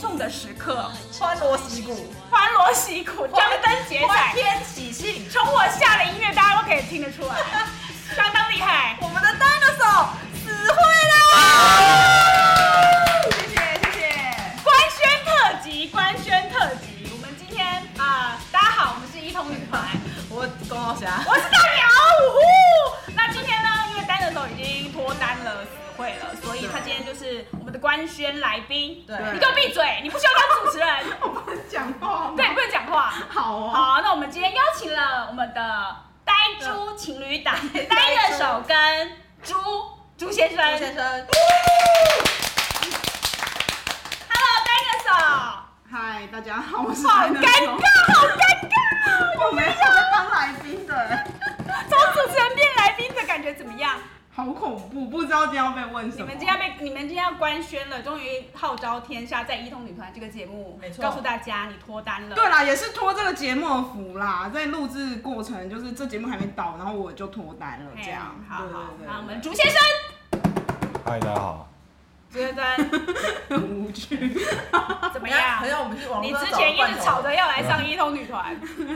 重的时刻，欢锣喜鼓，欢锣喜鼓，张灯结欢彩。天喜庆。从我下的音乐，大家都可以听得 出来，相当厉害。我们的 dinosaur 死会了，谢谢谢谢。官宣特辑，官宣特辑，我们今天啊、大家好，我们是一通女团，我龚浩霞， 我是大苗。呜呼那今天呢，因为单的时候已经脱单了，死会了，所以他今天就是我们的官宣来宾。对你给我闭嘴，你不需要当主持人，我不能讲话吗 对，你不能讲话。好哦好，那我们今天邀请了我们的呆猪情侣档， 呆的手跟猪猪先生。朱先生， Hello，嗨，大家好，我是呆台的手，好南尴熊尬，好尴尬。我没有在当来宾的，从主持人变来宾的感觉怎么 样？好恐怖，不知道今天要被问什你么。们今天被你们今天要官宣了，终于号召天下，在《一通女团》这个节目，没错告诉大家你脱单了。对啦，也是托这个节目的福啦，在录制过程就是这节目还没到，然后我就脱单了嘿，这样。好对好，对那我对们竹先生，嗨，大家好。竹先 生很无 趣。怎等么一下样好？像我们去网络你上之找前一罐直头吵着要来上《一通女团》，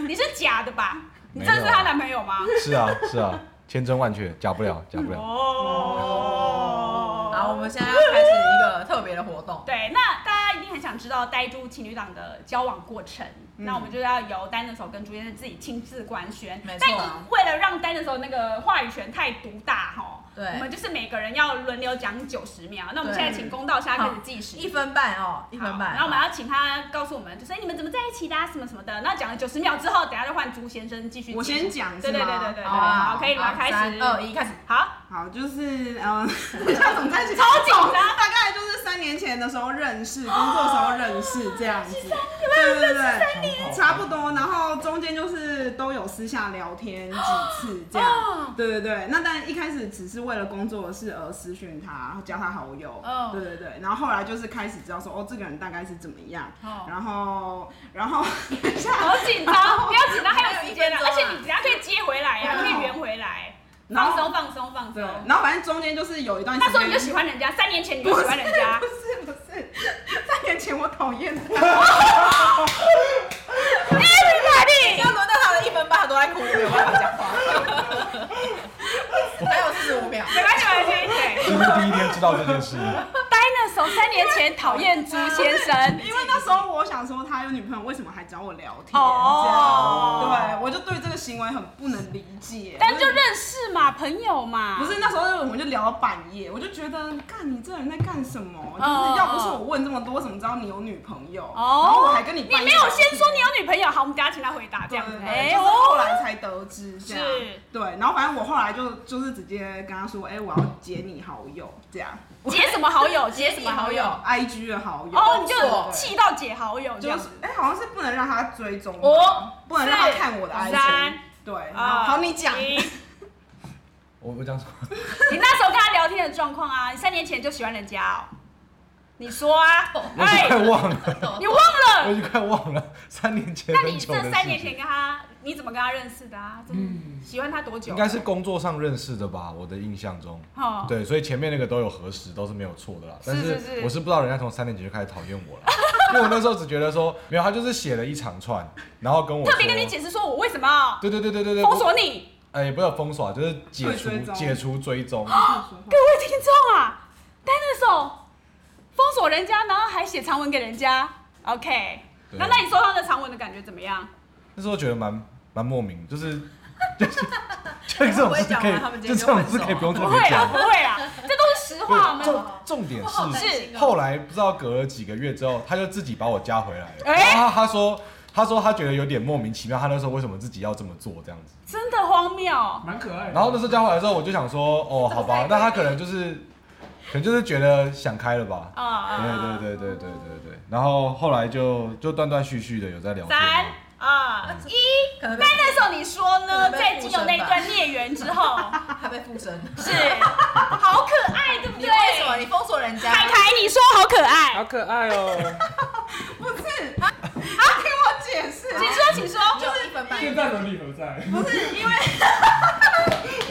你是假的吧？你没真的是有啊她男朋友吗？是啊，是啊，千真万确，假不嗯了，假不了。哦，好，我们现在要开始一个特别的活动。对，那大家一定很想知道呆猪情侣档的交往过程，嗯那我们就要由单的手跟朱先生自己亲自官宣。没错但为了让单的手那个话语权太独大哈，对我们就是每个人要轮流讲九十秒。那我们对现在请公道虾开始计时。一分半哦，一分半。然后我们要请他告诉我们，就是哎你们怎么在一起的、啊，什么什么的。那讲了九十秒之后，等下就换朱先生继续计时。我先讲对是对吗对对对对，好啊好，可以了，好开始。三二一，开始。好。好，就是嗯，我现在怎么在一 起？超紧张大概就是三年前的时候认识，工作的时候认识这样子。对对对，差不多。然后中间就是都有私下聊天几次这哦样。对对对，那但一开始只是为了工作的事而私讯他，加他好友哦。对对对，然后后来就是开始知道说，哦，这个人大概是怎么样。哦然后，然后等一下，好紧张， 不要紧张，还有时间啊！还而有一分钟啊且你等下可以接回来呀、对啊可以圆回来，然放后松放松放对松。，然后反正中间就是有一段时那间，时候你就喜欢人家，三年前你就喜欢人家 不，是不是，三年前我讨厌他。哎要轮到他的一分半，他都在哭，没有办法 讲话。还有四十五秒。没关系没关系。对，是不是第一天知道这件事？呆那时候三年前讨厌朱先生， 因为那时候我想说他有女朋友，为什么还找我聊天？哦这样对我就对这个行为很不能理解。但就认识嘛，朋友嘛。不是那时候，我们就聊到半夜，我就觉得，干你这人在干什么？就哦是要不是我问这么多，怎么知道你有女朋友？哦，然后我还跟你你半夜没有先说你有女朋友，好，我们等下请他回答这对样对子。对，哎就是哦后来才得知这样是。对，然后反正我后来就就是直接跟他说，哎，我要解你好友，这样解什么好 友？解什么好友？ ，IG 的好友。哦，你就对气到解好友这就样是子。哎、好像是不能让他追踪吧，哦不能让他是看我的三 IG。对，然后好，你讲。一我我讲什么？你那时候跟他聊天的状况啊，你三年前就喜欢人家哦，你说 啊，我已经哎，快忘了，你忘了我？已经快忘了三年前那很你久这的事三年前情。跟他，你怎么跟他认识的啊？嗯，喜欢他多久？应该是工作上认识的吧，我的印象中。哦对，所以前面那个都有核实，都是没有错的啦。但是是是是我是不知道人家从三年前就开始讨厌我了，因为我那时候只觉得说，没有，他就是写了一长串，然后跟我特别跟你说解释说我为什么要对对对对对对，封锁你，哎、不要封锁，就是解除退追踪解除追踪。各位听众啊，戴那手封锁人家，然后还写长文给人家，OK。对那那你收到这长文的感觉怎么样？那时候觉得蛮蛮莫名，就是 就是就这种事可会不会讲完他们以，今天就这就种分手啊事可以不用不特会啊别啦，讲不。会啦，这都是实话。我们对重重点我好担是，心哦后来不知道隔了几个月之后，他就自己把我加回来了。哎然后他他说，他说他觉得有点莫名其妙，他那时候为什么自己要这么做这样子？真的荒谬， 啊蛮可爱的。然后那时候加回来之后，我就想说，哦，这好么吧太，那他诡异可能就是，可能就是觉得想开了吧。啊啊啊对对对对对对对。然后后来就就断断续续的有在聊天。啊三二嗯一，可能被但那时候你说可呢，能被在已经有那一段孽缘之后，他被附身。是好可爱，对不你对？为什么？你封锁人家？凯凯，你说好可爱，好可爱哦！不是，啊，听我解释，请说，请说。就是一分半。现在伦理何在？ 你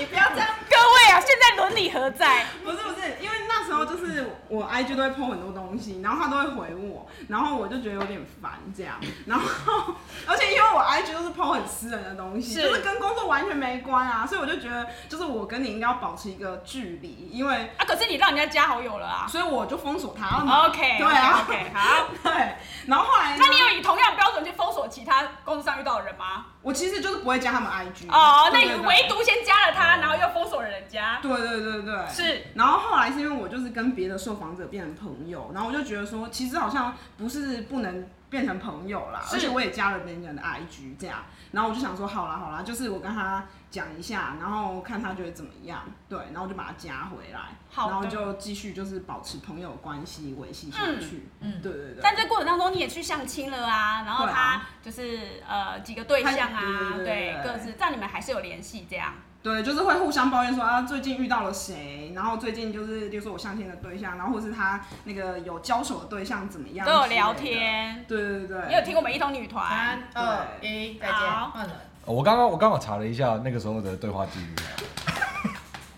不要这样。各位啊，现在伦理何在？不是不是，因为那时候候就是我 IG 都会 po 很多东西，然后他都会回我，然后我就觉得有点烦这样。然后，而且因为我 IG 都是 po 很私人的东西，是就是跟工作完全没关啊，所以我就觉得就是我跟你应该要保持一个距离，因为啊，可是你让人家加好友了啊。所以我就封锁他了嘛。 OK，对啊 o k 好。对，然后后来哦呢那你有以同样标准去封锁其他工作上遇到的人吗？我其实就是不会加他们 IG 哦，那对你对对唯独先加了他，然后又封锁了人家，对对对对是然后后来是因为我就是跟别的受访者变成朋友，然后我就觉得说，其实好像不是不能变成朋友啦，是而且我也加了别人的 IG 这样，然后我就想说，好啦好啦，就是我跟他讲一下，然后看他觉得怎么样，对，然后我就把他加回来，好的然后就继续就是保持朋友关系维系下去，嗯，对对对。但这过程当中你也去相亲了啊，然后对他啊就是呃几个对象啊，他对对对对，对各自，但你们还是有联系这样。对，就是会互相抱怨说啊，最近遇到了谁，然后最近就是，比如说我相亲的对象，然后或是他那个有交手的对象怎么样，都有聊。天。对对对，你有听过我们一同女团？三二一，再见，好换人。哦我刚刚我刚好查了一下那个时候的对话记录，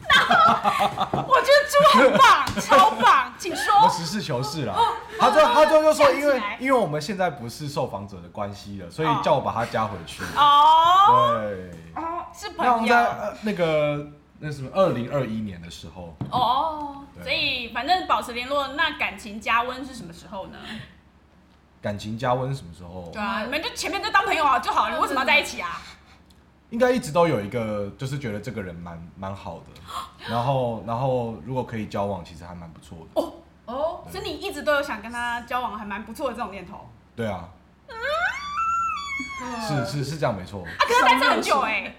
我觉得猪很棒，超棒，请 我们说。实事求是啦。他最后他最后就说，因站为起来因为我们现在不是受访者的关系了，所以哦叫我把他加回去。哦，对，哦，是朋那我们友在呃那个那什么二零二一年的时候，哦，对所以反正保持联络，那感情加温是什么时候呢？感情加温什么时候对？啊，你们就前面就当朋友啊好就好了，你为什么要在一起啊？应该一直都有一个，就是觉得这个人蛮蛮好的，然后然后如果可以交往，其实还蛮不错的。哦，所以你一直都有想跟他交往，还蛮不错的这种念头。啊，对啊，是是是这样没错，可是单身很久哎，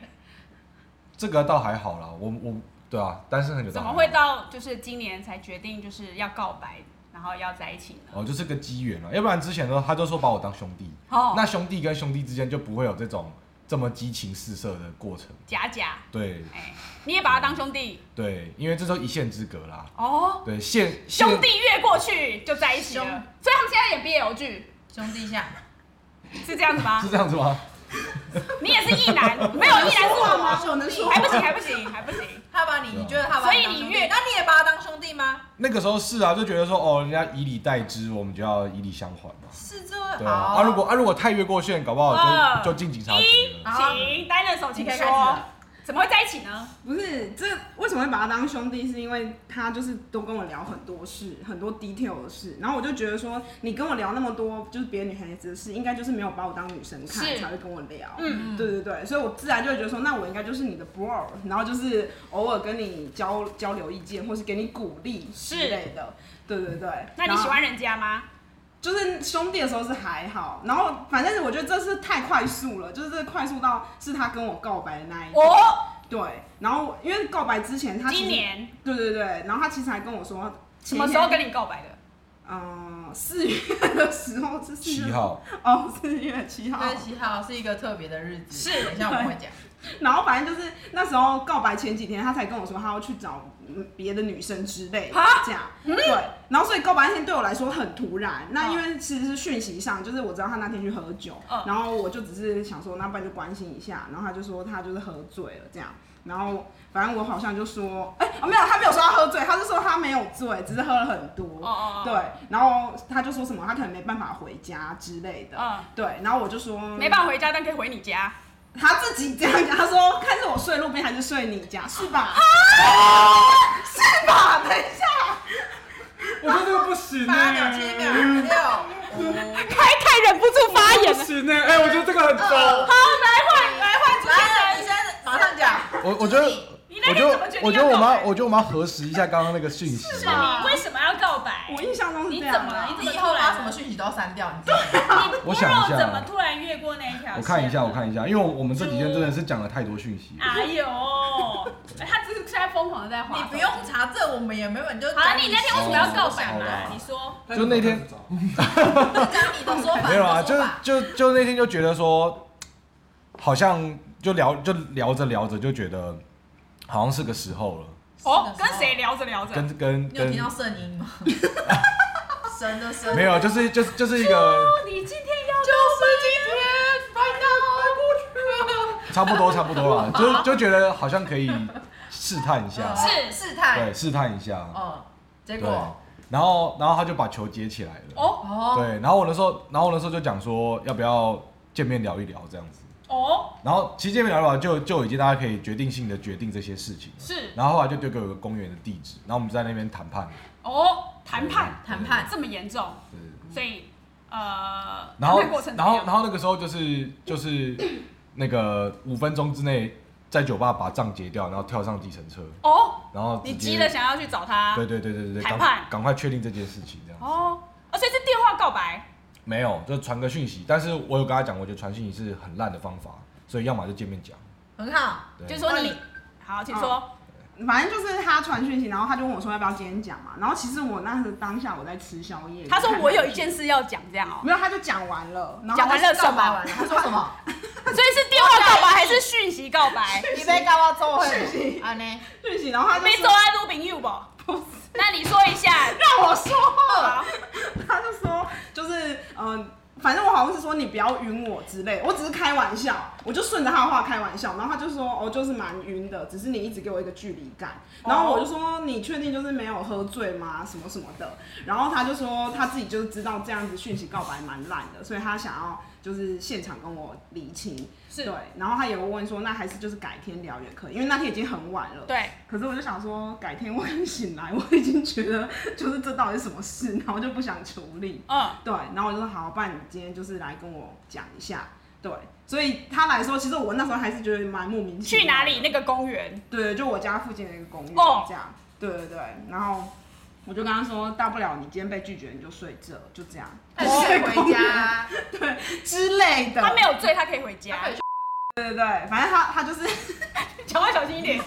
这个倒还好啦。我我对啊，单身很久倒怎还么好会到就是今年才决定就是要告白，然后要在一起呢？哦，就是个机缘了，要不然之前呢，他就说把我当兄弟，哦那兄弟跟兄弟之间就不会有这种这么激情四射的过程。假假，对哎，你也把他当兄弟对，因为这时候一线之隔啦。哦，对，现兄弟越过去就在一起了兄，所以他们现在演 BL 剧兄弟下，是这样子吗 现是？这样子吗？你也是异男，没有异男是我吗？我哦能说还不行，还不行，还不 行。他把啊你，你觉得他把你当所以兄你弟越，那你也把他当兄弟吗？那个时候是啊，就觉得说哦，人家以礼待之，我们就要以礼相还嘛。是这对啊，好哦啊如果啊如果太越过线，搞不好就、二就进警察一局，了。好请单的手，你请可以开始说了，怎么会在一起呢？不是这为什么会把他当兄弟，是因为他就是都跟我聊很多事，很多 detail 的事，然后我就觉得说，你跟我聊那么多就是别的女孩子的事，应该就是没有把我当女生看是才会跟我聊。嗯，对对对，所以我自然就会觉得说，那我应该就是你的 bro，然后就是偶尔跟你交交流意见，或是给你鼓励之类的。对对对，那你然后喜欢人家吗？就是兄弟的时候是还好，然后反正我觉得这是太快速了，就是这快速到是他跟我告白的那一天。我对，然后因为告白之前他其实哦今年对对对，然后他其实还跟我说什么时候前一天跟你告白的？嗯四、月的时候是四月七号，哦四月七号，对，七号是一个特别的日子，是等一下我们会讲。然后反正就是那时候告白前几天他才跟我说他要去找嗯别的女生之类的啊这样，对，然后所以告白那天对我来说很突然，那因为其实是讯息上，就是我知道他那天去喝酒嗯，然后我就只是想说那不然就关心一下，然后他就说他就是喝醉了这样。然后反正我好像就说，哎、哦没有，他没有说他喝醉，他是说他没有醉，只是喝了很多。哦哦对，然后他就说什么他可能没办法回家之类的。嗯对，然后我就说哦，没办法回家，但可以回你家。他自己这样讲，他说看是我睡路边还是睡你家，是吧？啊是吧？等一下，我觉得这个不 行八哎、秒、七秒、六、五，开太忍不住发言不了。行哎、哎、我觉得这个很糟。好，来换来换主来，持你人，先 马上讲。我我觉得你我那觉天怎么得决定要告白我觉得我们要我觉得我们要核实一下刚刚那个讯息，是你为什么要告白？我印象中是你这怎样啊么的了？。你你怎以么突后把然什么？讯息都删掉，你知道吗？我想一下 Bro 怎么突然越过那一条线？我看一下我看一下，因为我们这几天真的是讲了太多讯息了。啊哎呦，哎他只是现在疯狂的在滑。你不用查证，我们也没有，你就好了，你那天为什么要告白好啦嘛？你说就那天讲你的说法， 没 有啊，你的就说法就就那天就觉得说，好像就聊就聊着聊着就觉得好像是个时候了，哦，跟谁？聊着聊着？跟跟啊你有跟听到声音吗？ 神的声，没有，啊就是就是就是一 个哦你今天要就是今天，right now，过去差不多差不多啊啦，就就觉得好像可以试探一下，是试探对，，试探一下，哦，结对果，然后然后他就把球接起来了。哦哦，对，然后我那时候，然后我那时候就讲说要不要见面聊一聊这样子，哦，然后其实见面聊一聊就就已经大家可以决定性的决定这些事情了。是然后后来就丢给我一个公园的地址，然后我们就在那边谈判。哦，谈判谈判这么严重，对所以呃，然后谈判过程怎然么后样然后那个时候就是就是那个五分钟之内在酒吧把账结掉，然后跳上计程车，哦，然后直你接急着想要去找他，对对对对对对，谈赶判赶快确定这件事情这样。哦，而且是电话告白，没有，就传个讯息，但是我有跟他讲，我觉得传讯息是很烂的方法，所以要么就见面讲。很好，对就是说你哦嗯好，请说，反正就是他传讯息，然后他就问我说要不要今天讲嘛。然后其实我那时当下我在吃宵 夜，他说我有一件事要讲，这样哦，没有，他就讲完了，然后讲他完了什告白么完？了，他说什么？ 所以是电话告白还是讯息告 白？你被告到做会，安尼， 讯息，然后他就哦没走说在路边 you 不？那你说一 下，让我说好话，他就说就是嗯、呃反正我好像是说你不要晕我之类，我只是开玩笑，我就顺着他的话开玩笑，然后他就说哦就是蛮晕的，只是你一直给我一个距离感，然后我就说你确定就是没有喝醉吗？什么什么的，然后他就说他自己就是知道这样子讯息告白蛮烂的，所以他想要就是现场跟我理清，是对，然后他也问说那还是就是改天聊也可以，因为那天已经很晚了，对，可是我就想说，改天我醒来，我已经觉得就是这到底是什么事，然后就不想处理。嗯，对，然后我就说好，不然你今天就是来跟我讲一下。对，所以他来说，其实我那时候还是觉得蛮莫名其妙。去哪？里？那个公园，对，就我家附近的一个公园哦这样。对对对，然后我就跟他说，大不了你今天被拒绝，你就睡这，就这样。他就可以回家，对 之类的。他没有醉，他可以回他家可以。去对对对，反正他他就是。讲话小心一 点。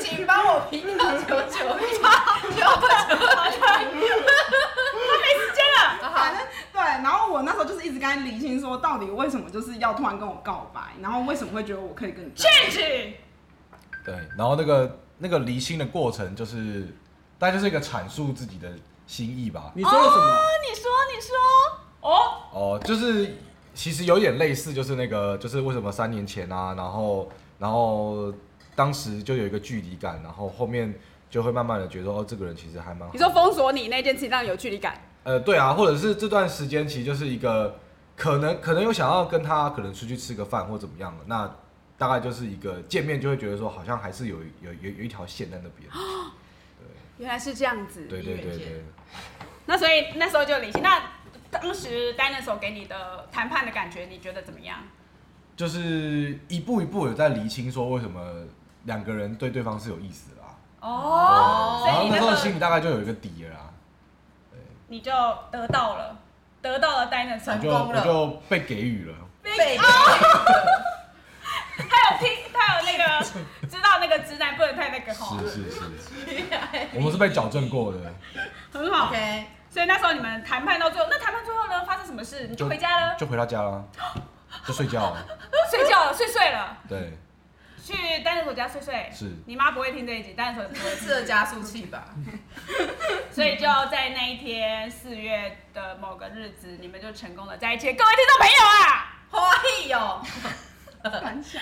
请帮我评到九九一，真的，好 反，正对，然后我那时候就是一直跟他理清说，到底为什么就是要突然跟我告白，然后为什么会觉得我可以跟你在确一起实，对，然后那个那个离心的过程就是，大概就是一个阐述自己的心意吧。你说了什么？哦你说，你说，哦，哦，就是其实有点类似，就是那个就是为什么三年前啊，然后然后当时就有一个距离感，然后后面就会慢慢的觉得哦，这个人其实还蛮好你说封锁你那件事情让你有距离感，呃，对啊，或者是这段时间其实就是一个可能可能有想要跟他可能出去吃个饭或怎么样的，那大概就是一个见面就会觉得说好像还是有有有有一条线在那边，原来是这样子。对对对一元对，那所以那时候就理性。那当时 Dinosaur 给你的谈判的感觉，你觉得怎么样？就是一步一步有在厘清说为什么两个人对对方是有意思的啦。哦，对所然后以你那那时时候候心里大概就有一个底了啊啦，你就得到了，得到了 Dinosaur 我成就功我了就被给予了。 被他有听，他有那个知道那个直男不能太那个吼，是是是，我们是被矫正过的，很好。 OK，所以那时候你们谈判到最后，那谈判最后呢，发生什么事？ 你就回家了，就回到 家了，就睡觉了。睡觉了，睡睡了，对， 去 Dinosaur 家睡睡。是你妈不会听这一集，Dinosaur 不会听吃了加速器吧，嗯所以就在那一天四月的某个日子，你们就成功的在一起。各位听众朋友 啊，欢喜哟，玩笑？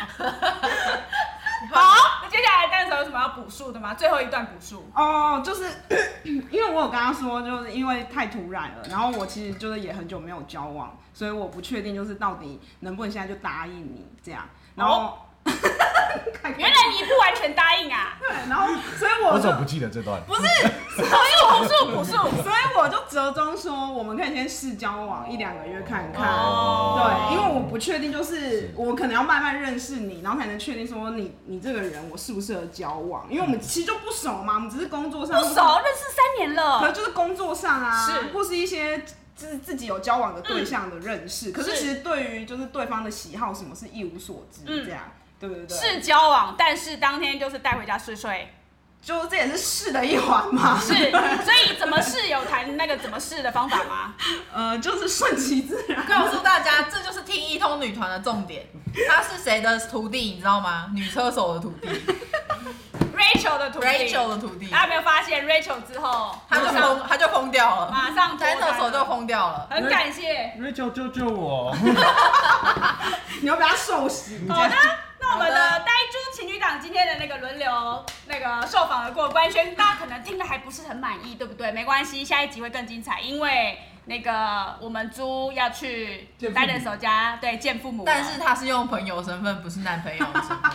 好，那接下来蛋手有什么要补述的吗？最后一段补述。哦，就是 因为我有跟他说，就是因为太突然了，然后我其实就是也很久没有交往，所以我不确定就是到底能不能现在就答应你这样，然 后。哦原来你不完全答应啊，对，然 后所以我我就怎么不记得这段？不是，所以补述补述。所以我就折中说，我们可以先试交往一两个月看看。哦对，因为我不确定，就是我可能要慢慢认识你，然后才能确定说你你这个人我适不适合交往，因为我们其实就不熟嘛，我们只是工作上嗯不熟，，认识三年可了能，就是工作上啊，是或是一些自自己有交往的对象的认识，可嗯是是其实对于就是对方的喜好什么是一无所知，嗯这样、对对对，是交往，但是当天就是带回家睡睡。就这也是试的一环嘛，是，所以怎么试有谈那个怎么试的方法吗？呃，就是顺其自然。告诉大家，这就是听一通女团的重点。她是谁的徒弟，你知道吗？女车手的徒弟 Rachel 的徒弟，Rachel 的徒弟，大家有没有发现 Rachel 之后，她就疯，她就疯掉了，马上单脱手单手就疯掉了。很感谢。 Rachel 救救我！你要不要受洗？好的，那好我们的的呆猪情侣档港今天的那个轮流那个受访而过官宣，大家可能听的还不是很满意，对不对？没关系，下一集会更精彩，因为那个我们猪要去见父母 Dinosaur 家对见父母了，但是他是用朋友身份，不是男朋友的身份。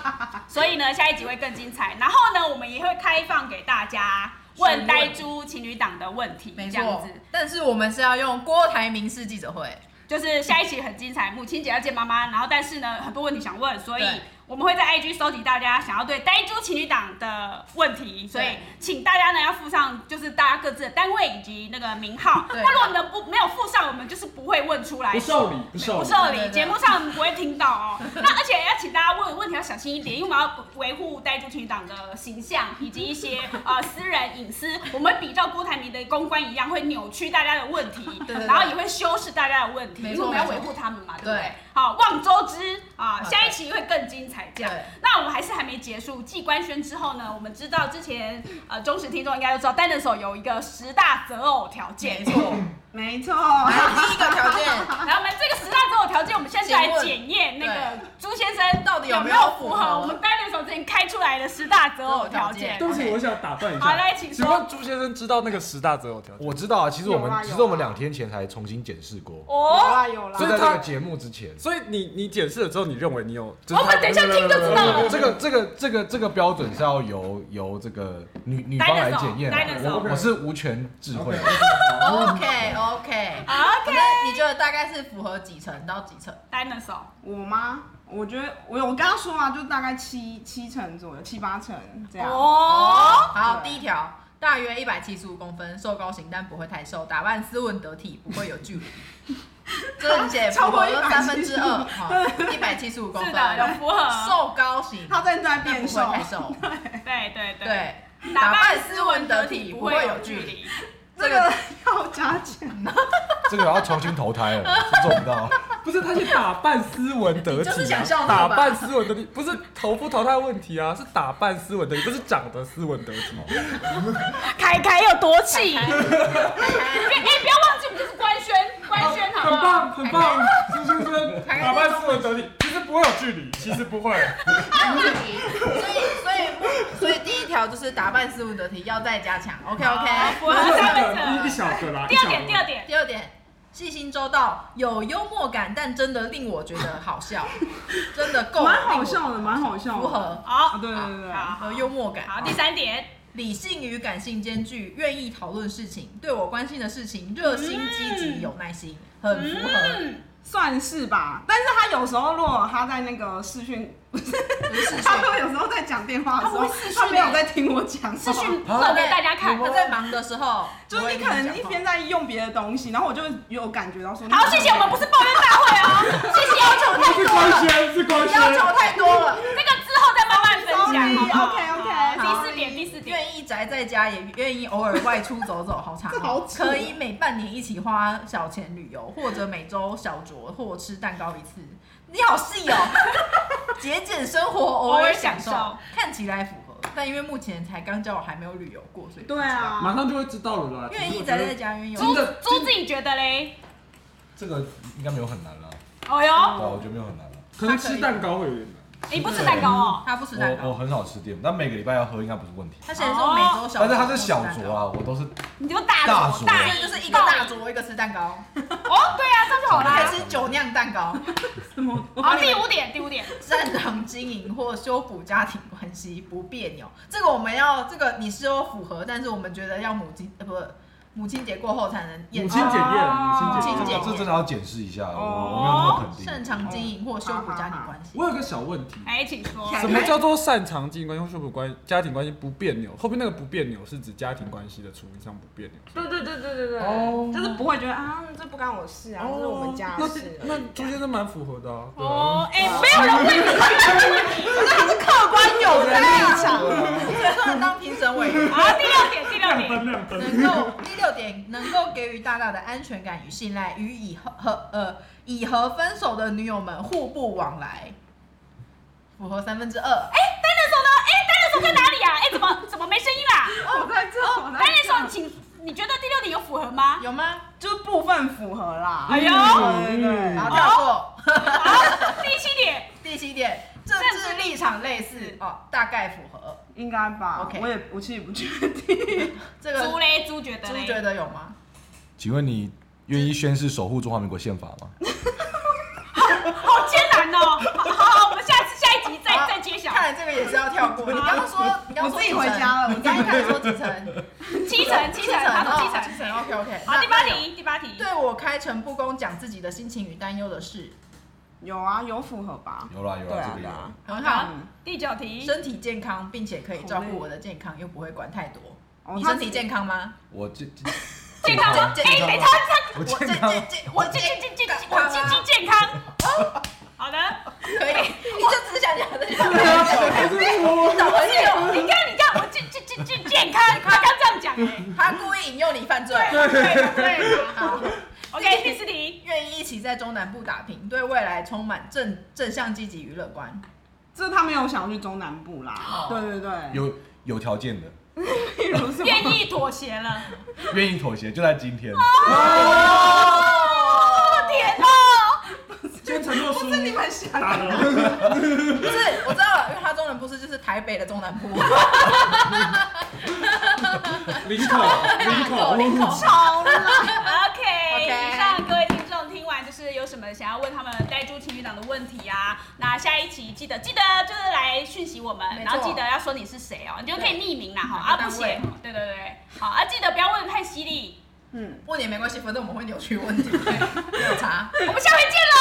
所以呢，下一集会更精彩。然后呢，我们也会开放给大家问询问呆猪情侣档的问题， 没这样错子。，但是我们是要用郭台铭式记者会，就是下一期很精彩，母亲节要见妈妈，然后但是呢，很多问题想问，所以对我们会在 IG 收集大家想要对呆猪情侣档的问题，所以请大家呢要附上就是大家各自的单位以及那个名号。对那如果你们不没有附上，我们就是不会问出来。不受理，不受不理。受对对理，对节目上不会听到 哦。那而且要请大家问问题要小心一点，因为我们要维护呆猪群党的形象以及一些呃私人隐私。我们比照郭台铭的公关一样，会扭曲大家的问题，对对然后也会修饰大家的问题，没因为错我们要没维错护他们嘛，对不对对？好，望周知啊，好下一期会更精彩。这样对，那我们还是还没结束。继官宣之后呢，我们知道之前呃忠实听众应该都知道，单人手有一个十大择偶条件没。错。没错， 然后第一个条件， 然后我们这个十大择偶条件，我们现在就来检验那个朱先生到底有没没有有符符合合我们单人手之前开出来的十大择偶条件对。不起，我想打断一下。好来请说请问朱先生知道那个十大择偶条件？我知道啊，其实我有们啊有啊其实我们两天前才重新检视过，有哦，啦有啦就所以，在这他个节目之前。所以你你解释了之后，你认为你有？我们等一下听就知道了这个这个这个这个标准是要由由这个女女方来检验 Dinosaur，的，我我是无权智慧的。 OK OK 啊 OK 那你觉得大概是符合几成到几成？单人手，我妈，我觉得我有我跟她说啊，就大概七七成左右，七八成这样。哦，好，对第一条，大约一百七十五公分，瘦高型但不会太瘦，打扮斯文得体，不会有距离。 这写符超过合三分之二， 175好，一百七十五公是的，有啊分，符合。瘦高型，她正在但变不会瘦太，瘦，对对对，对，打打扮扮斯斯文文得得体，体，不不会会有有距距离。离。这个要加钱。这个要重新投胎了，是做不到。不是，他是打扮斯文得你体、就啊，是想笑打他吧扮斯文得体，不是投不投胎问题啊，是打扮斯文得体，不是长得斯文得体。凯凯有多气？哎，不要忘记，我们就是官宣，官宣好不很好？棒，很棒，朱先生还打扮斯文得体，其实不会有距离，其实不会。所以，所以，所以第一条就是打扮斯文得体，要再加强。OK 好 OK。啊符合三分之 一一二。小个啦。第二点，第二点，点，第二点，细心周到，有幽默感，但真的令我觉得好 笑，真的够，蛮好笑的，蛮好笑的。啊符合好，对对对对好和幽默感。好，第三点，理性与感性兼具，愿意讨论事情，对我关心的事情热心、积极、有耐心，很符合。嗯，算是吧，但是他有时候如果他在那个视讯，不是 他如果有时候在讲电话的时他候不会视，讯他没有在听我讲资话，讯放给大家看。他在忙的时候，就是你可能一边在用别的东西，然后我就有感觉到说，好，谢谢，我们不是抱怨大会哦， 谢谢要求太是多了，官宣，是官宣。要求太多了。这个之后再慢慢分享，好不好 Sorry，OK，OK，好好第四点，第四点，愿意宅在家，也愿意偶尔外出走走，好长、 这好哦。扯可以每半年一起花小钱旅游，或者每周小酌或吃蛋糕一次。你好细哦， 节俭生活，偶尔享偶尔享受，看起来符合，但因为目前才刚交往，还没有旅游过，所以对啊，马上就会知道了啦。愿意宅在家，愿意猪真的猪自己觉得嘞？这个应该没有很难了，哦对哟，啊，我觉得没有很难了。可能吃蛋糕会有点难。你不吃蛋糕哦？他不吃蛋我我糕，很少吃淀粉，但每个礼拜要喝应该不是问题。他现在说每周小酌，哦但是它是小或吃蛋酌糕，啊，我都是你就大大左左大所意以就是一个大酌，一个吃蛋糕，哦，对啊，这样就好还啦。吃酒酿蛋糕。什么？好，第五点，第五点，擅长经营或修补家庭关系，不别扭。这个我们要，这个你是有符合，但是我们觉得要母亲呃不，母亲节过后才能验母证亲检验，母哦亲这检姐验姐。这真的要检视一下，我我没有那么哦肯定擅。长经营或修补家庭关系我。有个小问题，哎，请说。什么叫做擅长经营关系或修补关家庭关系不别扭？后面那个不别扭是指家庭关系的处理上不别扭。对对对对对哦对，就是不会觉得啊，这不干我事啊，这是我们家的哦那事。那朱先生蛮符合的啊。对啊哦，哎，没有人问你。客观有人立场，不 能当评审委员。好，第六点，第六两点，分两分。能够第六点，能够给予大大的安全感与信赖，与已和和呃已和分手的女友们互不往来，符合三分之二。哎，单人手呢？哎，单人手在哪里啊？哎，怎么怎么没声音 啦？我在这，我单人手，在这，请，你觉得第六点有符合吗？哦有吗？就是部分符合啦。哎呦对对对嗯然后跳过。好，第七点，第七点，政治立场类似哦，大概符合。应该吧 OK 我也我其实也不确定。这个猪嘞，猪觉得猪嘞，觉得有吗？请问你愿意宣誓守护中华民国宪法吗？好艰难哦。好好好，我们下次下一集再好再揭晓。看来这个也是要跳过。你刚刚说，你刚刚我说自己几回层家了我你刚一开始说几层？七成，七成，他说七七成。层，OK OK。好，第八。题，第八题。对我开诚布公讲自己的心情与担忧的事，有啊，有符合吧？有啦有对啦，啊这个对有啊啦。。很好好，嗯第九题，身体健康，并且可以照顾我的健康，又不会管太多。哦你他身体健康吗？我这健康吗？健哎，康等一下，他我我健康吗，健我我健健健健健，健我健健健康。好的，可以，你就只是想讲这句话。不是有，你看，你看，我健健健健健康，他刚这样讲哎。他故意引诱你犯罪。对对对。好， OK，第四题， 愿意一起在中南部打拼，对未来充满正正向、积极与乐观。这他没有想要去中南部啦。哦对对对，有有条件的，例如 什么？愿意妥协了。愿意妥协，就在今天。哦，天哦！今天承诺书你们想打了，不是，我知道了，因为他中南部是就是台北的中南部，林口，啊林口，林口超啦。 OK， OK 以上各位听众听完，就是有什么想要问他们呆猪情侣档的问题啊？那下一期记得记得就是来讯息我们，没错然后记得要说你是谁哦，你就可以匿名啦哪哈，啊个单不位写，对对对，好啊，记得不要问的太犀利，嗯，问也没关系，反正我们会扭曲问题，没有差。我们下回见喽。